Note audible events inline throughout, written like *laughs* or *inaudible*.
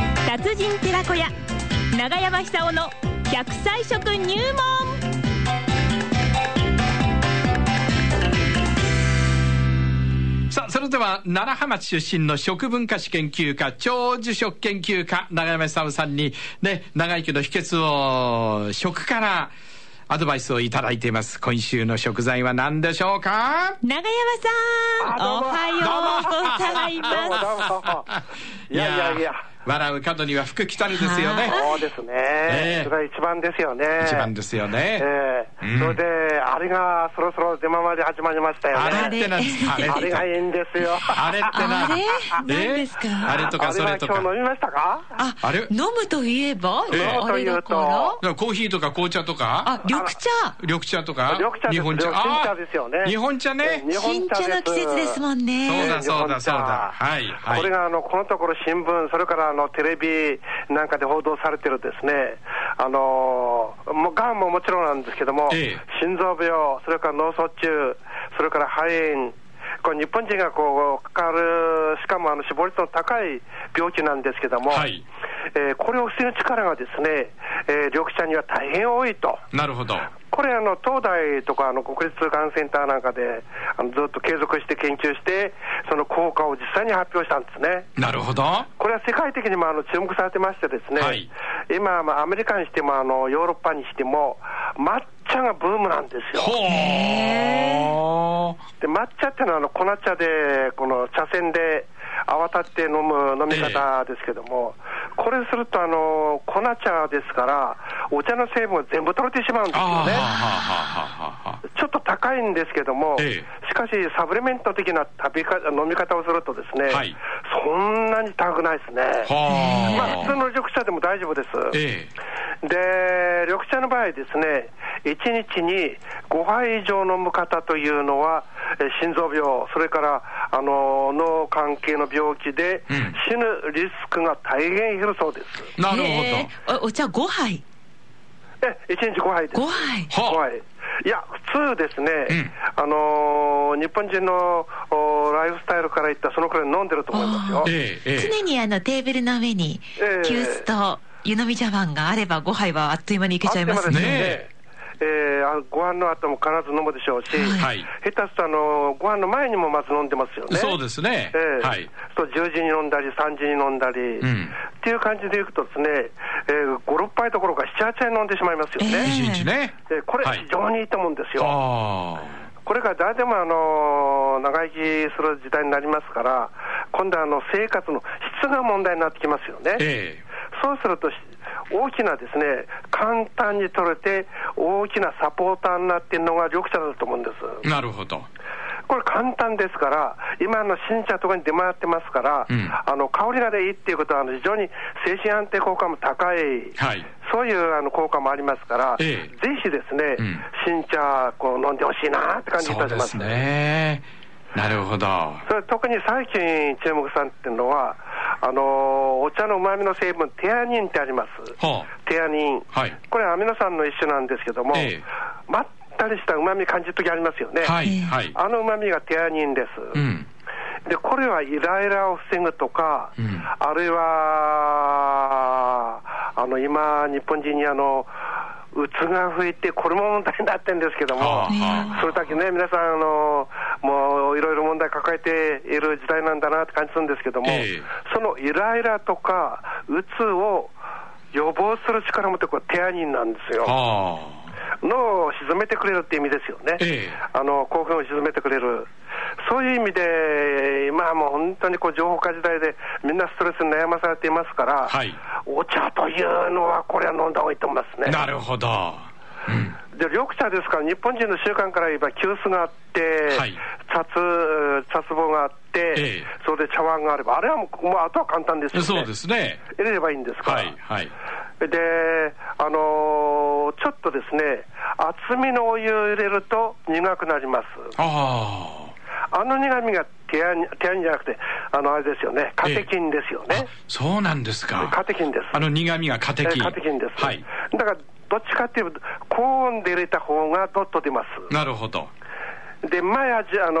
人寺子屋長山久夫の100歳食入門さあ、それでは、楢葉町出身の食文化史研究家、長寿食研究家、長山久夫さんに、ね、長生きの秘訣を、食から、アドバイスをいただいています。今週の食材は何でしょうか長山さんあどうおもはようございどうもまどうもどうも。いやいやいや、笑う角には福来たるですよね。そうですね。ええそれが一番ですよね。一番ですよえね。えうんそれで、あれがそろそろ出回り始まりましたよね。あれってなんですかあれあれがいいんですよ。あれってなあれえ何ですかあれとかそれとあはか。今日飲みましたかすあれ飲むといえば、ええあれだからコーヒーとか紅茶とかあ緑茶緑茶とか緑茶で日す本茶。緑茶ですよねあー日本茶ね。日本新茶茶の季節ですもんそうねだそうだそうだ。日本茶はいはい。これがあのこのところ新聞、それからあのテレビなんかで報道されてるですね、あのーもうがんももちろんなんですけども、ええ心臓病、それから脳卒中、それから肺炎。これ日本人がこうかかる、しかもあの死亡率の高い病気なんですけども、はいえーこれを防ぐ力がですね、えー緑茶には大変多いと、なるほど。これあの、東大とかあの国立がんセンターなんかであのずっと継続して研究して、その効果を実際に発表したんですね。なるほど。これは世界的にもあの注目されてましてですね、はい今、まあアメリカにしてもあのヨーロッパにしても、抹茶がブームなんですよ。ほで抹茶ってのはあの粉茶で、この茶筅で泡立って飲む飲み方ですけども、これするとあの粉茶ですから、お茶の成分を全部取れてしまうんでー。すよあーはあはね。あはあはあ。ちょっと高いんですけども、ええしかし、サプリメント的な食べか飲み方をするとですね、はいそんなに高くないですね。まあ、はあ。普通の緑茶でも大丈夫です。えで、緑茶の場合ですね、1日に5杯以上飲む方というのは、えー心臓病、それから、あの脳関係の病気で、うん死ぬリスクが大変減るそうです。え。なるへえおお茶5杯え、1日5杯です。 5杯ほど。はあ。はい、いや、普通ですね、うんあのー日本人のおライフスタイルからいったら、そのくらい飲んでると思いますよ。ええええ。常にあのテーブルの上にええ急須と湯飲み茶碗があれば5杯はあっという間にいけちゃいますあっという間ですねねね。えーあご飯の後も必ず飲むでしょうし、はい下手するとあのご飯の前にもまず飲んでますよね。そうですねえ。えはい。そう10時に飲んだり、3時に飲んだり、んっていう感じでいくとですね、えー5、6杯どころか7、8杯飲んでしまいますよええね。一日ね。えーこれ、はい非常にいいと思うんですよ。ああ。これから誰でも、あの長生きする時代になりますから、今度はあの生活の質が問題になってきますよね。ええ。そうするとし、大きなですね、簡単に取れて、大きなサポーターになっているのが緑茶だと思うんです。なるほど。これ簡単ですから、今の新茶とかに出回ってますから、うんあの香りがいいっていうことは、あの非常に精神安定効果も高い。はい。そういうあの効果もありますから、ええぜひですね、うん新茶こう飲んでほしいなって感じいそうたしでますすね。なるほど。それ特に最近注目されてるのは、あのお茶の旨味の成分、テアニンってあります。はテアニン。はいこれアミノ酸の一種なんですけども、ええまったりした旨味感じるときありますよね。あ。はえい。えはい。あの旨味がテアニンです。うん。で、これはイライラを防ぐとか、うんあるいは、あの、今、日本人にあの、うつが増えて、これも問題になってるんですけどもはあ、はあそれだけね、皆さん、あの、もう、いろいろ問題抱えている時代なんだなって感じするんですけども、ええそのイライラとか、うつを予防する力もって、これ、テアニンなんですよ。はあ。脳を沈めてくれるって意味ですよね、ええあの興奮を沈めてくれる、そういう意味で、今はもう本当にこう情報化時代で、みんなストレスに悩まされていますから、はいお茶というのは、これは飲んだ方がいいと思いますね。なるほど。うん。で緑茶ですから、日本人の習慣から言えば、急須があって、はい茶つ茶壺があって、ええそれで茶碗があれば、あれはもう、もうあとは簡単ですよね。そうですね。入れればいいんですから。はい、はい。で、あのーちょっとですね、厚みのお湯を入れると苦くなります。ああの苦みが手アニテアニじゃなくて、あの、あれですよね、カテキンですよあね。。そうなんですか。カテキンです。あの苦味がカテえキン。カテキンです。はい。だから、どっちかっていうと、高温で入れた方がどっと出ます。なるほど。で、前はじ、あのー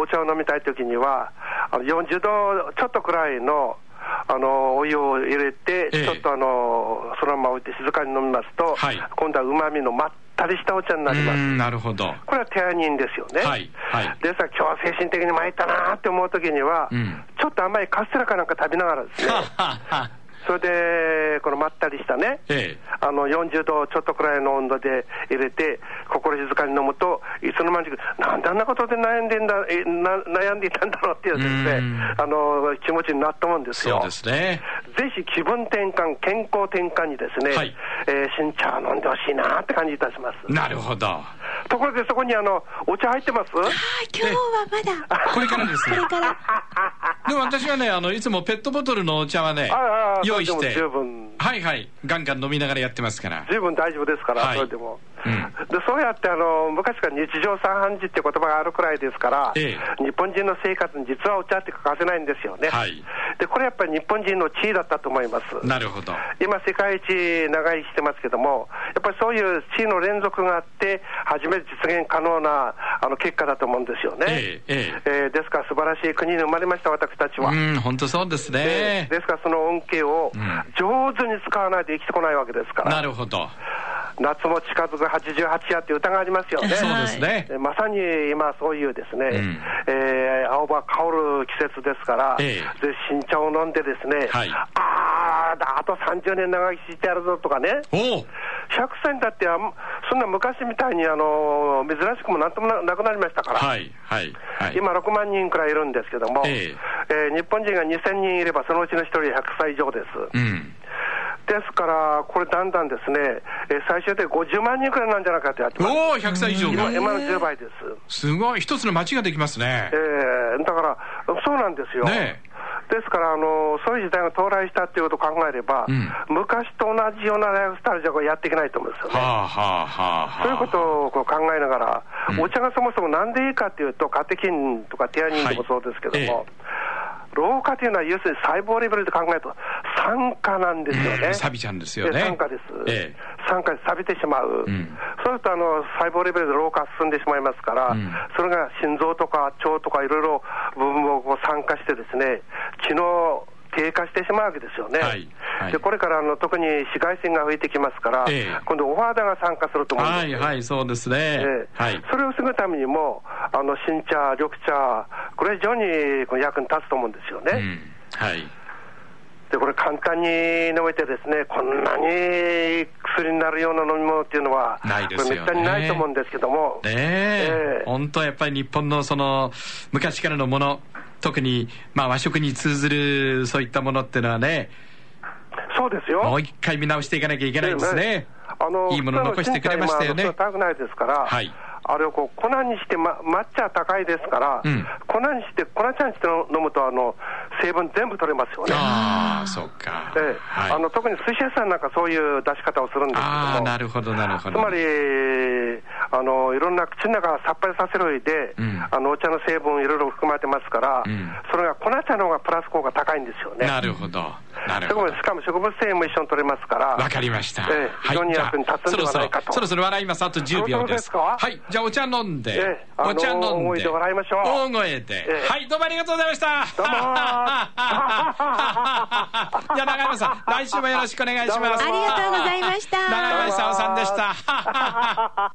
お茶を飲みたいときには、あの40度ちょっとくらいの、あのお湯を入れて、ええちょっとあのそのまま置いて静かに飲みますと、はい今度はうまみのまったりしたお茶になうります。んなるほ *laughs* ど。これは手アニンですよね。はいはいですから今日は精神的に参ったなーって思うときには、うんちょっと甘いカステラかなんか食べながらですね、それで、このまったりしたね、ええあの40度ちょっとくらいの温度で入れて、心静かに飲むと、いつの間にか、なんであんなことで悩んでんだえな悩んでいたんだろうっていうですねうん、あの気持ちになったもんですそよ。うですね。ぜひ気分転換、健康転換にですね、はいえー新茶を飲んでほしいなって感じいたします。なるほど。ところでそこにあの、お茶入ってます今日はまだこれからですこねれ。からでも私はね、あの、いつもペットボトルのお茶はねあああ、用意してでも十分、はいはい、ガンガン飲みながらやってますから。十分大丈夫ですから、はいそれでも。うんでそうやってあの昔から日常茶飯事って言葉があるくらいですから、ええ日本人の生活に実はお茶って欠かせないんですよね、はいでこれやっぱり日本人の地位だったと思います、なるほど。今、世界一長生きしてますけども、やっぱりそういう地位の連続があって、初めて実現可能なあの結果だと思うんですよね、ええええーですから、素晴らしい国に生まれました、私たちは。うん、本当そうですねえー。ですから、その恩恵を上手に使わないと生きてこないわけですから。なるほど。夏も近づく88夜っていう歌がありますよね。はいそうですね。えまさに今、そういうですね、うんえー青葉香る季節ですから、ええで新茶を飲んでですね、はいあー、あと30年長生きしてやるぞとかね、おう100歳にだってあん、そんな昔みたいにあの珍しくもなんともななくなりましたから、はい、はい、はい。今、6万人くらいいるんですけども、えええー日本人が2000人いれば、そのうちの1人100歳以上です。うん。ですから、これ、だんだんですね、えー最終的に50万人くらいなんじゃないかってやってます。おお、100歳以上今が。今の10倍です。すごい、一つの街ができますねえ。ーだから、そうなんですよ。ねえですからあの、そういう時代が到来したっていうことを考えれば、うん昔と同じようなライフスタイルじゃこれやっていけないと思うんですよね。はあ、はあ、はあ、はあ。そういうことをこう考えながら、うんお茶がそもそもなんでいいかっていうと、カテキンとかテアニンでもそうですけども、はい老化というのは要するに細胞レベルで考えると、酸化なんですようね。ん錆びちゃうんですよねえ酸化です。ええ酸化で錆びてしまう。うんそうするとあの細胞レベルで老化が進んでしまいますから、うんそれが心臓とか腸とかいろいろ部分をこう酸化してですね、機能低下してしまうわけですよね。はいはいでこれからあの特に紫外線が増えてきますから、ええ今度お肌が酸化すると思うんですはよい、はい、そうですねええ。はい。それを防ぐためにも、あの新茶、緑茶、これ、非常にこの役に立つと思うんですよね。うん。はい。で、これ、簡単に飲めて、ですねこんなに薬になるような飲み物っていうのは、ないですよねこれ、めったにないと思うんですけども、ねええ、え本当はやっぱり日本のその昔からのもの、特にまあ和食に通ずるそういったものってのはね、そうですよ。もう一回見直していかなきゃいけないですね。あのいいもの残してくれましたよね普通の新茶今普通は高くないですから、はいあれをこう粉にして、ま、抹茶は高いですから、うん粉にして、粉茶にして飲むと、あの成分全部取れますよね。ああ、そうか。ええはい、あの特に寿司屋さんなんかそういう出し方をするんですけどああ、もなるほど、なるほつど。まりあの、いろんな口の中さっぱりさせる上で、うんあのお茶の成分、いろいろ含まれてますから、うんそれが粉茶の方がプラス効果高いんですよね。なるほど。なるそほこどで。しかも植物性も一緒に取れますから、わかりました。ええ非常にじゃあ役に立つんではないかとそろそろ、そろそろ笑います。あと10秒本当で。ですすかはい。じゃあお茶飲んで、ええあのお茶飲んで。大声で笑いましょう大声で、ええはい、どうもありがとうございました。どうも *laughs* じゃあ長山さん、来週もよろしくお願いしどうもまあす。りがとうございました長山久夫さんでした。